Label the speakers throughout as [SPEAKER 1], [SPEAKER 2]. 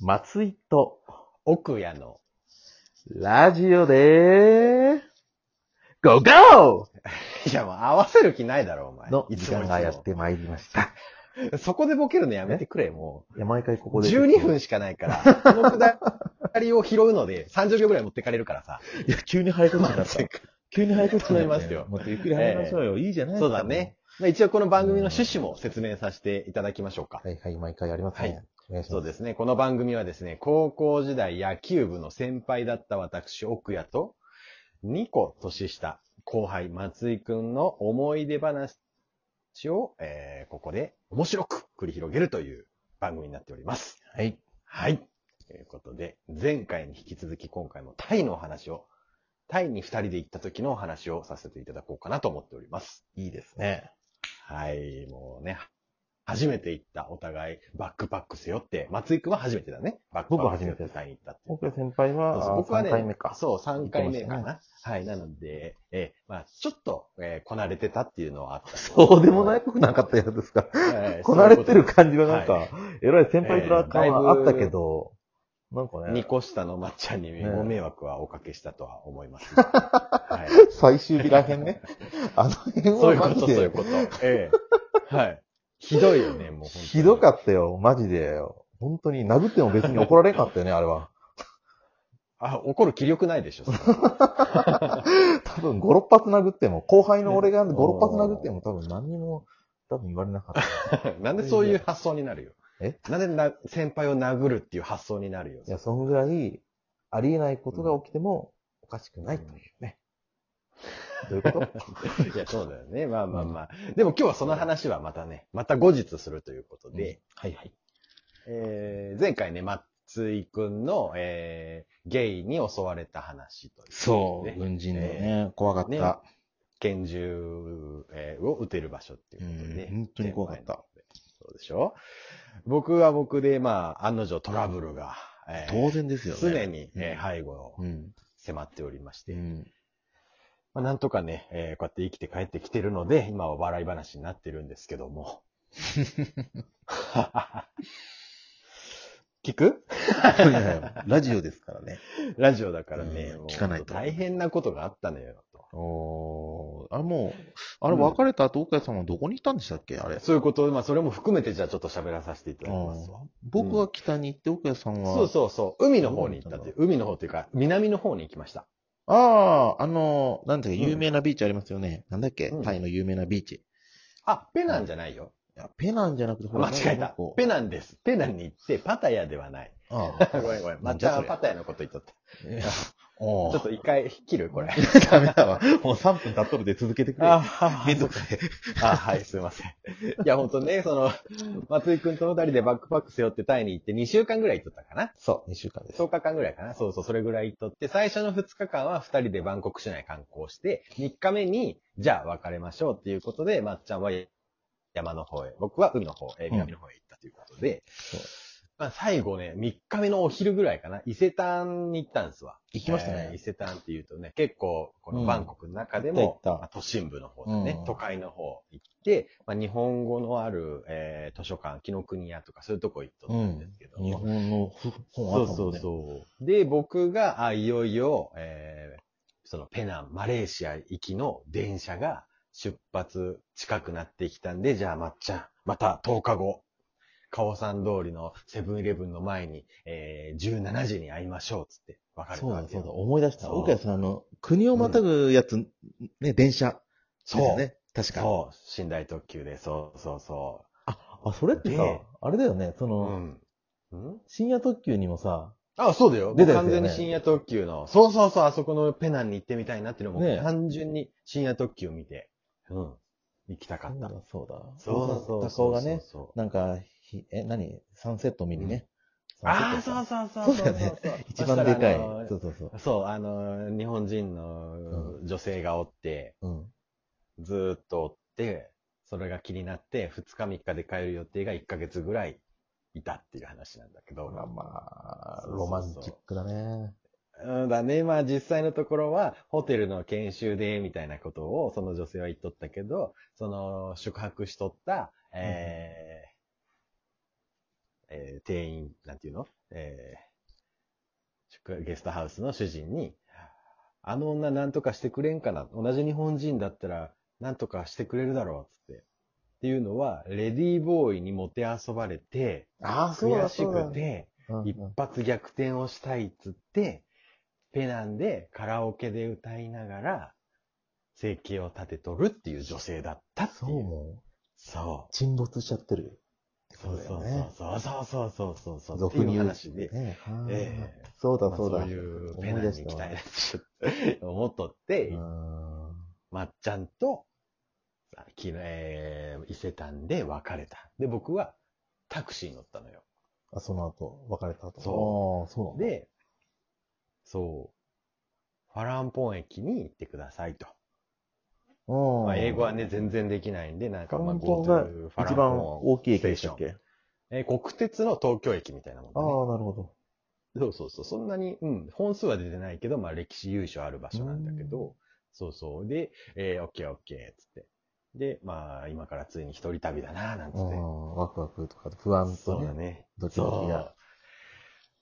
[SPEAKER 1] 松井と
[SPEAKER 2] 奥屋の。
[SPEAKER 1] ラジオでー、ゴーゴ
[SPEAKER 2] いや、もう合わせる気ないだろ、お前。
[SPEAKER 1] ーの
[SPEAKER 2] い
[SPEAKER 1] 時
[SPEAKER 2] つも
[SPEAKER 1] 間がやってまいりました。
[SPEAKER 2] そこでボケるのやめてくれ、も
[SPEAKER 1] いや、毎回こ
[SPEAKER 2] う。
[SPEAKER 1] こで。
[SPEAKER 2] 12分しかないから、このくだりを拾うので、30秒ぐらい持ってかれるから さ。
[SPEAKER 1] いや、急に早口になった。 急に早口になりました
[SPEAKER 2] 頼み
[SPEAKER 1] よ。も
[SPEAKER 2] ますよ
[SPEAKER 1] っとゆっくり話しましょうよ。いいじゃないですか。
[SPEAKER 2] そうだね。。まあ一応この番組の趣旨も説明させていただきましょうか。
[SPEAKER 1] はいはい、毎回やります
[SPEAKER 2] は
[SPEAKER 1] ね。お願いし
[SPEAKER 2] そ
[SPEAKER 1] ま
[SPEAKER 2] う
[SPEAKER 1] す。
[SPEAKER 2] ですね。この番組はですね、高校時代野球部の先輩だった私、奥谷と、2個年下、後輩、松井くんの思い出話を、えーここで面白く繰り広げるという番組になっております。
[SPEAKER 1] はい。
[SPEAKER 2] はい。ということで、前回に引き続き今回もタイのお話を、タイに2人で行った時のお話をさせていただこうかなと思っております。
[SPEAKER 1] いいですね。
[SPEAKER 2] はい、もうね。初めて行った、お互い、バックパック背負って、松井くんは初めてだね。バックパック背負ってタイに行ったっていう。
[SPEAKER 1] 僕は先輩
[SPEAKER 2] そうそう
[SPEAKER 1] は、
[SPEAKER 2] 僕はね、
[SPEAKER 1] 3回目か。
[SPEAKER 2] そう、3回目か
[SPEAKER 1] 行
[SPEAKER 2] な。
[SPEAKER 1] って
[SPEAKER 2] はい、なので、えーまあちょっと、えーこなれてたっていうのはあった。
[SPEAKER 1] そうでもないっぽくなかったやつ ですか。
[SPEAKER 2] はい。
[SPEAKER 1] こなれてる
[SPEAKER 2] か。
[SPEAKER 1] 感じはなん
[SPEAKER 2] は
[SPEAKER 1] か、えらい先輩面感はあったけど、なんか
[SPEAKER 2] 二
[SPEAKER 1] ね、
[SPEAKER 2] 個下のまっちゃんに
[SPEAKER 1] ね
[SPEAKER 2] ご迷惑はおかけしたとは思 いますが。はい。
[SPEAKER 1] 最終日らへん ね。あの辺
[SPEAKER 2] そう
[SPEAKER 1] は
[SPEAKER 2] いうこ
[SPEAKER 1] マジ
[SPEAKER 2] と、そう
[SPEAKER 1] で
[SPEAKER 2] いうこと。ええはい。ひどいよね、もう本当に。
[SPEAKER 1] ひどか
[SPEAKER 2] っ
[SPEAKER 1] ったよ、マジで。本当に、殴っても別に怒られんか ったよね、あれは。
[SPEAKER 2] た。あ、怒る気力ないでしょ、それ
[SPEAKER 1] 多分5、6発殴っても、後輩の俺が5、6
[SPEAKER 2] ね
[SPEAKER 1] 発殴っても多分何にも、多分言われなかった。
[SPEAKER 2] なんでそういう発想になるよ。
[SPEAKER 1] え
[SPEAKER 2] なんでな先輩を殴るっていう発想になるよ。
[SPEAKER 1] いや、そのぐらい、ありえないことが起きても、おかしくないというね。どういうこと
[SPEAKER 2] いや、そうだよね。まあまあまあ。でも今日はその話はまたね、また後日するということで、
[SPEAKER 1] はいはい。
[SPEAKER 2] えー前回ね、松井くんの、えーゲイに襲われた話とい う、
[SPEAKER 1] そう、
[SPEAKER 2] ね
[SPEAKER 1] 軍人の
[SPEAKER 2] え
[SPEAKER 1] ね、怖かった。
[SPEAKER 2] ね拳銃えーを撃てる場所っていうことで。
[SPEAKER 1] うん本当に怖かった
[SPEAKER 2] 前回の。そうでしょ僕は僕で、まあ、案の定トラブルが、えー
[SPEAKER 1] 当然ですよね。
[SPEAKER 2] 常に、え
[SPEAKER 1] う
[SPEAKER 2] ー
[SPEAKER 1] ん
[SPEAKER 2] 背後を
[SPEAKER 1] うん。
[SPEAKER 2] 迫っておりまして、
[SPEAKER 1] うん。
[SPEAKER 2] まあ、なんとかね、えーこうやって生きて帰ってきてるので、今は笑い話になってるんですけども。 聞く
[SPEAKER 1] いやいやラジオですから ね。
[SPEAKER 2] ラジオだからね、
[SPEAKER 1] うん
[SPEAKER 2] もう
[SPEAKER 1] 聞かないと
[SPEAKER 2] 大変なことがあったのよ、と。
[SPEAKER 1] おーあれもう、あれ別れた後、岡谷さんはどこに行ったんでしたっけあれ。
[SPEAKER 2] そういうこと、まあそれも含めてじゃあちょっと喋らさせていただきますわ。
[SPEAKER 1] 僕は北に行って、岡谷さんは。
[SPEAKER 2] そうそうそう、海の方に行ったという、海の方というか、南の方に行きました。
[SPEAKER 1] ああ、あの、なんていうか、
[SPEAKER 2] うん
[SPEAKER 1] 有名なビーチありますよね。なんだっけ
[SPEAKER 2] うん
[SPEAKER 1] タイの有名なビーチ。い
[SPEAKER 2] あ、ペナンじゃないよ。
[SPEAKER 1] や、ペナンじゃなくて、
[SPEAKER 2] 間違えた。ペ
[SPEAKER 1] ナ
[SPEAKER 2] ナンです。ペナンに行って、パタヤではない。
[SPEAKER 1] ン。あ
[SPEAKER 2] ごめんごめん。まっちゃんはパタヤのこと言っとった。
[SPEAKER 1] お
[SPEAKER 2] ちょっと一回切るこれ。
[SPEAKER 1] と、 ダメだわ。もう3分経っとるで続けてくれ。
[SPEAKER 2] あ
[SPEAKER 1] めんどくさい。
[SPEAKER 2] あ、はい、すいません。いや、ほんとね、その、松井くんと二人でバックパック背負ってタイに行って2週間ぐらい行っとったかな
[SPEAKER 1] そう、2週間です。
[SPEAKER 2] ?10 日間ぐらいかなそうそう、それぐらい行っとって、最初の2日間は二人でバンコク市内観光して、3日目に、じゃあ別れましょうっていうことで、まっちゃんは山の方へ、僕は海の方へ、
[SPEAKER 1] ん
[SPEAKER 2] 南の方へ行ったということで、
[SPEAKER 1] そう
[SPEAKER 2] まあ最後ね、3日目のお昼ぐらいかな、伊勢丹に行ったんですわ。
[SPEAKER 1] 行きましたね
[SPEAKER 2] えー伊勢丹っていうとね、結構、このバンコクの中で
[SPEAKER 1] うん行っ
[SPEAKER 2] も、
[SPEAKER 1] た行った
[SPEAKER 2] まあ都心部の方でね、
[SPEAKER 1] うん
[SPEAKER 2] 都会の方行って、まあ、日本語のある、えー図書館、紀ノ国屋とかそういうとこ行っとったんですけど
[SPEAKER 1] 日
[SPEAKER 2] も、
[SPEAKER 1] 本のふ本
[SPEAKER 2] そ
[SPEAKER 1] あ
[SPEAKER 2] う
[SPEAKER 1] った
[SPEAKER 2] そ
[SPEAKER 1] もん
[SPEAKER 2] う
[SPEAKER 1] ね。
[SPEAKER 2] そう。で、僕が、あ、いよいよ、えーそのペナン、マレーシア行きの電車が出発近くなってきたんで、じゃあ、まっちゃん、また10日後、カオさん通りのセブンイレブンの前に、えー17時に会いましょう、つって、別れた
[SPEAKER 1] そう
[SPEAKER 2] わ
[SPEAKER 1] だ、
[SPEAKER 2] け
[SPEAKER 1] そう
[SPEAKER 2] よ
[SPEAKER 1] だ、思い出した。
[SPEAKER 2] そう
[SPEAKER 1] 岡谷さん、あの、国をまたぐやつ、ね、電車。
[SPEAKER 2] そう
[SPEAKER 1] ですよね。確か。
[SPEAKER 2] そう、寝台特急で、そうそうそ
[SPEAKER 1] あ、それってさ
[SPEAKER 2] で、。
[SPEAKER 1] あれだよね、そう
[SPEAKER 2] う
[SPEAKER 1] の、
[SPEAKER 2] ん。うん
[SPEAKER 1] 深夜特急にもさ、
[SPEAKER 2] あ、そうだよ。
[SPEAKER 1] 出たやつだ
[SPEAKER 2] 完
[SPEAKER 1] よね
[SPEAKER 2] 全に深夜特急の、そうそうそう、あそこのペナンに行ってみたいなっていうのも、
[SPEAKER 1] ねえ
[SPEAKER 2] 単純に深夜特急を見て、うん、行きたか
[SPEAKER 1] そ
[SPEAKER 2] っ
[SPEAKER 1] う
[SPEAKER 2] た
[SPEAKER 1] だ。、そうだ。
[SPEAKER 2] そうそ
[SPEAKER 1] 高
[SPEAKER 2] う。
[SPEAKER 1] 尾がね、
[SPEAKER 2] そう
[SPEAKER 1] なんか、ひえ、何サンセット見にね。
[SPEAKER 2] そう。ああ、そう
[SPEAKER 1] う。
[SPEAKER 2] そうそう。
[SPEAKER 1] そうだよね
[SPEAKER 2] そう。
[SPEAKER 1] 一番でかい
[SPEAKER 2] そしたらあ。の
[SPEAKER 1] そうそうそう。
[SPEAKER 2] そう、あの、日本人の女性がおって、
[SPEAKER 1] うん。
[SPEAKER 2] ずーっとおって、それが気になって、2日3日で帰る予定が1ヶ月ぐらいいたっていう話なんだけど。
[SPEAKER 1] まあまあ、
[SPEAKER 2] そうそうそう
[SPEAKER 1] ロマンチックだね。
[SPEAKER 2] うんだね。まあ実際のところは、ホテルの研修で、みたいなことを、その女性は言っとったけど、その、宿泊しとった、ええー店員、なんていうのえー宿ゲストハウスの主人に、あの女なんとかしてくれんかな同じ日本人だったらなんとかしてくれるだろうつって。っていうのは、レディーボーイにもてあそばれて、
[SPEAKER 1] ああ、そう
[SPEAKER 2] 悔
[SPEAKER 1] だ、
[SPEAKER 2] し
[SPEAKER 1] そうだ
[SPEAKER 2] く。て、
[SPEAKER 1] うんうん
[SPEAKER 2] 一発逆転をしたいっつって、ペナンでカラオケで歌いながら、生計を立てとるっていう女性だったって
[SPEAKER 1] そう
[SPEAKER 2] いう。
[SPEAKER 1] も、
[SPEAKER 2] そう
[SPEAKER 1] 沈没しちゃってる。
[SPEAKER 2] う。そうそうそうそうそうそうそうそうそう。っ
[SPEAKER 1] 俗
[SPEAKER 2] てい
[SPEAKER 1] に
[SPEAKER 2] う
[SPEAKER 1] 言う
[SPEAKER 2] 話で。
[SPEAKER 1] ねあー
[SPEAKER 2] ええ
[SPEAKER 1] そう
[SPEAKER 2] ま
[SPEAKER 1] だ、
[SPEAKER 2] あ
[SPEAKER 1] そうだ。
[SPEAKER 2] そういう
[SPEAKER 1] 思
[SPEAKER 2] ペナ
[SPEAKER 1] い
[SPEAKER 2] ンに
[SPEAKER 1] 出
[SPEAKER 2] 行
[SPEAKER 1] した
[SPEAKER 2] き
[SPEAKER 1] わ
[SPEAKER 2] たいなって思っとって、
[SPEAKER 1] うん
[SPEAKER 2] まっちゃんと、あきえー伊勢丹で別れた。で、僕はタクシーに乗ったのよ。
[SPEAKER 1] あ、その後、別れた後。。
[SPEAKER 2] そう
[SPEAKER 1] ああ、そうなんだ。
[SPEAKER 2] で、そう、ファランポン駅に行ってくださいと。
[SPEAKER 1] うん
[SPEAKER 2] まあ、英語はね、全然できないんで、なん
[SPEAKER 1] フ
[SPEAKER 2] か、
[SPEAKER 1] ァ
[SPEAKER 2] ま
[SPEAKER 1] ラ
[SPEAKER 2] あ、
[SPEAKER 1] ンポン
[SPEAKER 2] Go
[SPEAKER 1] が
[SPEAKER 2] to ファラ
[SPEAKER 1] 一
[SPEAKER 2] ンポン
[SPEAKER 1] 番大きい駅でしたっ
[SPEAKER 2] ステーション
[SPEAKER 1] け
[SPEAKER 2] えー国鉄の東京駅みたいなもん
[SPEAKER 1] ああ、
[SPEAKER 2] ね。
[SPEAKER 1] なるほど。
[SPEAKER 2] そうそうそう。そんなに、うん、本数は出てないけど、まあ、歴史優勝ある場所なんだけど、そうそう。で、えー、オッケーオッケー、つって。で、まあ、今からついに一人旅だな、なんつ
[SPEAKER 1] う
[SPEAKER 2] って。
[SPEAKER 1] ん、ワクワクとか、不安
[SPEAKER 2] そ
[SPEAKER 1] と
[SPEAKER 2] うだ
[SPEAKER 1] ね、
[SPEAKER 2] ね。
[SPEAKER 1] ドキドキ
[SPEAKER 2] そ
[SPEAKER 1] が。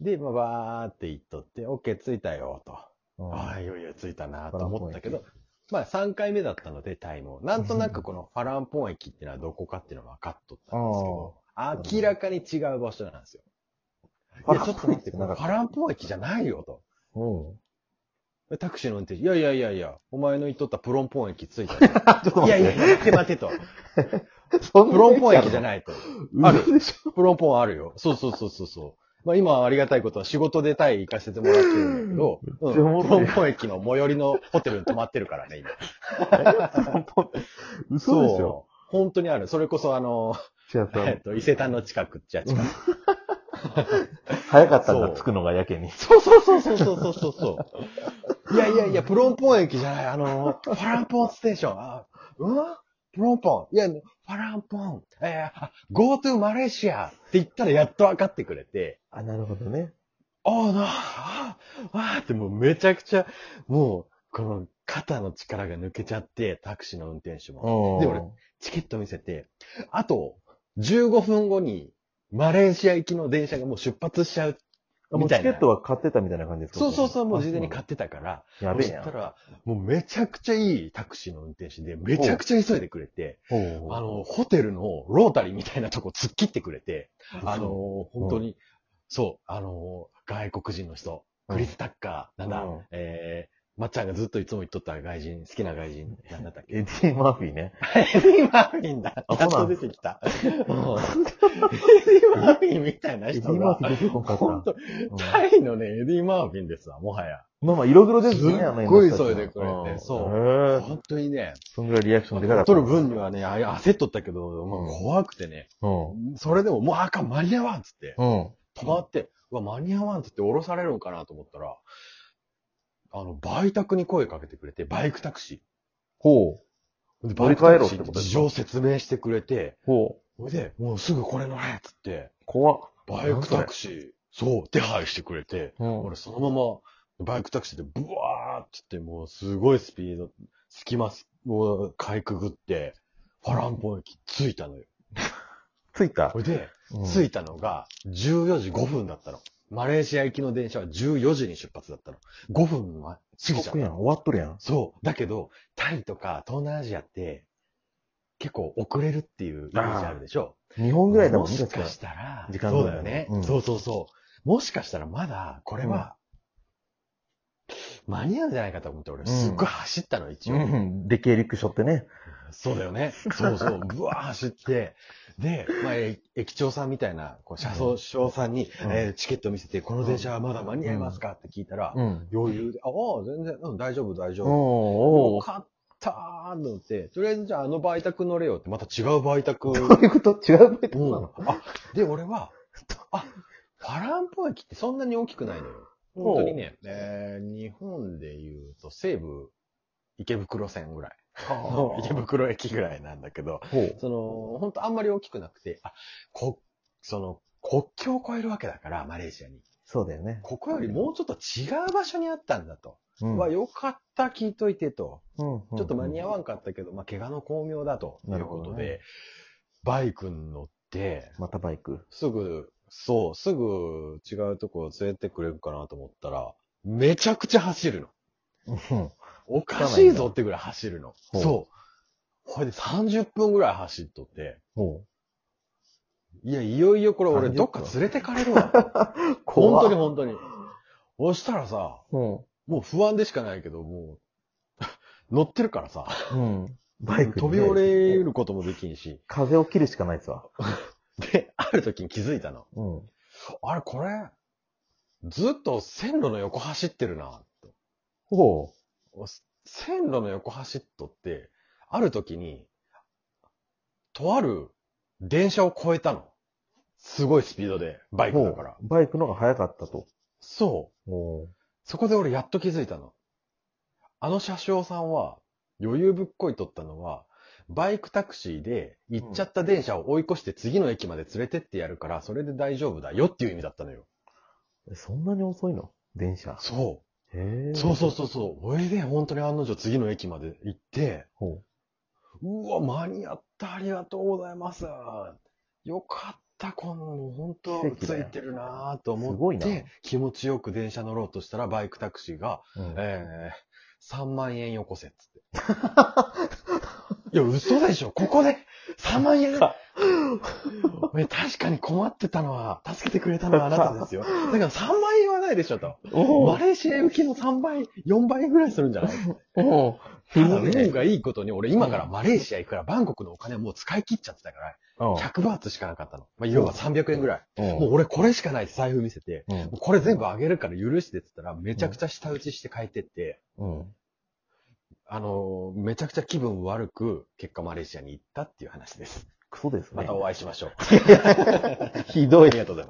[SPEAKER 2] う。で、まあ、バーって行っとって、オッケー着いたよ、と。
[SPEAKER 1] うん
[SPEAKER 2] ああ、いよいよ着いたなと思ったけど、まあ3回目だったので、タイも。なんとなくこのファランポン駅ってのはどこかっていうのは分かっとったんですけど、明らかに違う場所なんですよ。
[SPEAKER 1] あ
[SPEAKER 2] いや、ちょっと待って、
[SPEAKER 1] フ
[SPEAKER 2] こ
[SPEAKER 1] ァラ
[SPEAKER 2] れ
[SPEAKER 1] ンポン駅
[SPEAKER 2] ファランポン駅じゃないよと。
[SPEAKER 1] うん。
[SPEAKER 2] タクシーの運転手、いやいやいやいや、お前の言っとったプロンポン駅着いたよ。
[SPEAKER 1] あ、ちょっと
[SPEAKER 2] い
[SPEAKER 1] 待
[SPEAKER 2] や
[SPEAKER 1] っ
[SPEAKER 2] い
[SPEAKER 1] て。
[SPEAKER 2] や、待って待てと。
[SPEAKER 1] そん
[SPEAKER 2] プロンポン駅じゃ
[SPEAKER 1] い。
[SPEAKER 2] ないと。
[SPEAKER 1] あるでしょ。
[SPEAKER 2] プロンポンあるよ。そうそうそうそうそう。まあ今はありがたいことは仕事でタイ行かせてもらってるんだけど、
[SPEAKER 1] めっ
[SPEAKER 2] うん、
[SPEAKER 1] ち
[SPEAKER 2] プ
[SPEAKER 1] ゃおもろい
[SPEAKER 2] ロンポン駅の最寄りのホテルに泊まってるからね、今。
[SPEAKER 1] プロンポン 嘘でしょ。
[SPEAKER 2] う。本当にある。それこそ、あの、
[SPEAKER 1] 違う
[SPEAKER 2] えっと、伊勢丹の近くっちゃ近く。
[SPEAKER 1] 早かったんだ、
[SPEAKER 2] そう
[SPEAKER 1] 着くのがやけに。
[SPEAKER 2] そうそうそうそうそうそうそうそう。いやいやいや、プロンポン駅じゃない。あの、ファランポンステーション。あ、うんプロンポン。いや、ファランポン。えー、あ、Go to マレーシアって言ったらやっと分かってくれて。
[SPEAKER 1] あ、なるほどね。
[SPEAKER 2] ああ、なあ、ああってもうめちゃくちゃ、もう、この肩の力が抜けちゃって、タクシーの運転手も。
[SPEAKER 1] うん。
[SPEAKER 2] で俺チケット見せて、あと、15分後に、マレーシア行きの電車がもう出発しちゃう。
[SPEAKER 1] あもう
[SPEAKER 2] みた
[SPEAKER 1] チ
[SPEAKER 2] い
[SPEAKER 1] ケ
[SPEAKER 2] な
[SPEAKER 1] ットは買ってたみたいな感じですか
[SPEAKER 2] そうそうそう、もう事前に買
[SPEAKER 1] っ
[SPEAKER 2] ってたから。
[SPEAKER 1] て。やべえ
[SPEAKER 2] そ
[SPEAKER 1] や
[SPEAKER 2] した
[SPEAKER 1] ん。
[SPEAKER 2] ら、もうめちゃくちゃいいタクシーの運転手で、めちゃくちゃ急いでくれて、
[SPEAKER 1] ほ
[SPEAKER 2] あの、ホテルのロータリーみたいなとこ突っ切ってくれて、あの、、本当に、そう、あの、外国人の人、クリス・タッカー、なんだ
[SPEAKER 1] うん、
[SPEAKER 2] えー、まっちゃんがずっといつも言っとった外人、好きな外人、なんだったっ け
[SPEAKER 1] エディ・マーフィーね。
[SPEAKER 2] エディ・マーフィンだ。
[SPEAKER 1] あ
[SPEAKER 2] や
[SPEAKER 1] そうな
[SPEAKER 2] っと
[SPEAKER 1] ん
[SPEAKER 2] 出てきた。エディ・マーフィンみたいな
[SPEAKER 1] エデ
[SPEAKER 2] 人
[SPEAKER 1] ィ・マー
[SPEAKER 2] が
[SPEAKER 1] フ。ィー結構買った。
[SPEAKER 2] 本当
[SPEAKER 1] うん
[SPEAKER 2] タイのね、エディ・マーフィンですわ、もはや。
[SPEAKER 1] まあまあ、色黒ですよね、
[SPEAKER 2] すっ
[SPEAKER 1] あの
[SPEAKER 2] ごい
[SPEAKER 1] 今たち
[SPEAKER 2] 急いでくれて
[SPEAKER 1] ん
[SPEAKER 2] そう
[SPEAKER 1] へえ
[SPEAKER 2] 本当にね、
[SPEAKER 1] そんぐらいリアクションでかかった。
[SPEAKER 2] 撮る分にはね、あ焦っとったけど、まあ
[SPEAKER 1] うん
[SPEAKER 2] 怖くてね、
[SPEAKER 1] うん。
[SPEAKER 2] それでももうあかん、間に合わんっつって、
[SPEAKER 1] うん。
[SPEAKER 2] 止まって、うわ、間に合わんっつって降ろされるんかなと思ったら、あの、売卓に声かけてくれて、バイクタクシ
[SPEAKER 1] ほう。
[SPEAKER 2] ー。で、
[SPEAKER 1] 乗
[SPEAKER 2] バイ
[SPEAKER 1] り
[SPEAKER 2] ク
[SPEAKER 1] 換え
[SPEAKER 2] タク
[SPEAKER 1] ろって
[SPEAKER 2] シー
[SPEAKER 1] こ
[SPEAKER 2] に
[SPEAKER 1] とですか
[SPEAKER 2] 事情説明してくれて、
[SPEAKER 1] ほう。
[SPEAKER 2] それで、もうすぐこれ乗れっつって、
[SPEAKER 1] 怖っ。
[SPEAKER 2] バイクタクシー、そう、手配してくれて、
[SPEAKER 1] うん。
[SPEAKER 2] 俺そのまま、バイクタクシーでブワーって言って、もうすごいスピード、隙間をかいくぐって、ファランポン駅着いたのよ。
[SPEAKER 1] 着いた
[SPEAKER 2] それで、
[SPEAKER 1] い
[SPEAKER 2] 着いたのが14時5分だったの。マレーシア行きの電車は14時に出発だったの。5分は過ぎちゃ
[SPEAKER 1] 遅
[SPEAKER 2] う
[SPEAKER 1] 刻。やん。終わっとるやん。
[SPEAKER 2] そう。だけど、タイとか東南アジアって、結構遅れるっていうイメージあるでしょ。
[SPEAKER 1] 2本ぐらいだもん
[SPEAKER 2] も
[SPEAKER 1] ね、
[SPEAKER 2] し
[SPEAKER 1] 確
[SPEAKER 2] か
[SPEAKER 1] か
[SPEAKER 2] したら、
[SPEAKER 1] 時間
[SPEAKER 2] そ
[SPEAKER 1] ぐ
[SPEAKER 2] う
[SPEAKER 1] らい
[SPEAKER 2] だよね、
[SPEAKER 1] うん
[SPEAKER 2] そうそうそう。もしかしたらまだ、これは、間に合うんじゃないかと思って、俺、
[SPEAKER 1] ん
[SPEAKER 2] すっごい走ったの、一応。
[SPEAKER 1] うん。で、経陸しょってね。
[SPEAKER 2] そうだ よね。そうそう、ぶわー走って、で、まあ、え駅長さんみたいな、こう車
[SPEAKER 1] う
[SPEAKER 2] 掌
[SPEAKER 1] ん
[SPEAKER 2] 長さんに、
[SPEAKER 1] うん
[SPEAKER 2] えーチケット見せて、この電車はまだ間に合いますかって聞いたら、
[SPEAKER 1] うん。
[SPEAKER 2] 余裕で、ああ、全然、うん、大丈夫、大丈
[SPEAKER 1] お
[SPEAKER 2] 夫。
[SPEAKER 1] お
[SPEAKER 2] よ
[SPEAKER 1] おー
[SPEAKER 2] かったーと思って、とりあえずじゃああの売卓乗れよって、また違う売卓。
[SPEAKER 1] どういうこと違うバイト
[SPEAKER 2] う。
[SPEAKER 1] なんの
[SPEAKER 2] あ、で、俺は、あ、ファランポン駅ってそんなに大きくないのよ。
[SPEAKER 1] ほう
[SPEAKER 2] 本当にね、えー日本で言うと西武池袋線ぐらい。
[SPEAKER 1] はあ
[SPEAKER 2] 池袋駅ぐらいなんだけど、
[SPEAKER 1] ほう。
[SPEAKER 2] その、本当あんまり大きくなくて、あ、こ、その、国境を越えるわけだから、マレーシアに。
[SPEAKER 1] そうだよね。
[SPEAKER 2] ここよりもうちょっと違う場所にあったんだと。
[SPEAKER 1] う
[SPEAKER 2] うわ、よかった、聞いといてと。ち
[SPEAKER 1] ょ
[SPEAKER 2] ょっと間に合
[SPEAKER 1] わ
[SPEAKER 2] わんかったけど、まあ、怪我の巧妙だと。い
[SPEAKER 1] なる
[SPEAKER 2] う
[SPEAKER 1] ほ
[SPEAKER 2] こ
[SPEAKER 1] どね
[SPEAKER 2] とで、バイクに乗って、
[SPEAKER 1] またバイク。
[SPEAKER 2] すぐ、そう、すぐ違うとこ連れてくれるかなと思ったら、めちゃくちゃ走るの。
[SPEAKER 1] うん。
[SPEAKER 2] おかしいぞってぐらい走るの。
[SPEAKER 1] ほう
[SPEAKER 2] そう。ほいで30分ぐらい走っとって、
[SPEAKER 1] も
[SPEAKER 2] いや、いよいよこれ俺
[SPEAKER 1] 30
[SPEAKER 2] どっか連れてかれるわ。
[SPEAKER 1] う、
[SPEAKER 2] 本当に
[SPEAKER 1] に
[SPEAKER 2] 本当に。そしたらさ、
[SPEAKER 1] も
[SPEAKER 2] もう不安でしかないけど、もう、 乗ってるからさ、
[SPEAKER 1] うん。うん。バイクにね
[SPEAKER 2] 飛び降りることもできんし。
[SPEAKER 1] 風を切るしかないですわ。
[SPEAKER 2] で、ある時に気づいたの。
[SPEAKER 1] うん。
[SPEAKER 2] あれ、これ、ずっと線路の横走ってるな、と。
[SPEAKER 1] ほ
[SPEAKER 2] 線路の横走っとって、ある時に、とある電車を越えたの。すごいスピードで、バ
[SPEAKER 1] う。
[SPEAKER 2] イク
[SPEAKER 1] ほ
[SPEAKER 2] だ
[SPEAKER 1] う
[SPEAKER 2] から。。
[SPEAKER 1] バイクの方が早かったと。
[SPEAKER 2] そう。
[SPEAKER 1] ほ
[SPEAKER 2] そこで俺やっと気づいたの。あの車掌さんは、余裕ぶっこいとったのは、バイクタクシーで行っちゃった電車を追い越して次の駅まで連れてってやるから、それで大丈夫だよっていう意味だったのよ。
[SPEAKER 1] う。えそんなに遅いの電車。
[SPEAKER 2] そ
[SPEAKER 1] へ
[SPEAKER 2] う。
[SPEAKER 1] え。
[SPEAKER 2] そうそうそうそう。俺で本当に案の定次の駅まで行って、
[SPEAKER 1] ほ
[SPEAKER 2] うわ、間に合った、ありがとうございます。よかった、この、本当
[SPEAKER 1] 奇
[SPEAKER 2] つ
[SPEAKER 1] 跡だよ
[SPEAKER 2] いてるなぁと
[SPEAKER 1] すご
[SPEAKER 2] 思
[SPEAKER 1] い
[SPEAKER 2] っ
[SPEAKER 1] な
[SPEAKER 2] て、気持ちよく電車乗ろうとしたら、バイクタクシーが、
[SPEAKER 1] う。うん
[SPEAKER 2] えー、3万円よこせっつって。いや、嘘でしょここで !3 万円ね確かに困ってたのは、助けてくれたのはあなたですよ。だから3万円はないでしょと。
[SPEAKER 1] お
[SPEAKER 2] マ
[SPEAKER 1] ー
[SPEAKER 2] レーシア行きの3倍、4倍ぐらいするんじゃない
[SPEAKER 1] お
[SPEAKER 2] ただ
[SPEAKER 1] 古いね
[SPEAKER 2] 運がいいことに、俺今からマレーシア行くから、バンコクのお金はもう使い切っちゃってたから、100バーツしかなかったの。まあ、要は300円ぐらい。
[SPEAKER 1] うん。
[SPEAKER 2] もう俺これしかないって財布見せて、
[SPEAKER 1] うん
[SPEAKER 2] もうこれ全部あげるから許してって言ったら、めちゃくちゃ下打ちして帰ってって、
[SPEAKER 1] うん。
[SPEAKER 2] あのー、めちゃくちゃ気分悪く、結果マレーシアに行ったっていう話です。
[SPEAKER 1] クソですね。
[SPEAKER 2] またお会いしましょう。
[SPEAKER 1] ひどい
[SPEAKER 2] あり。がとうございます。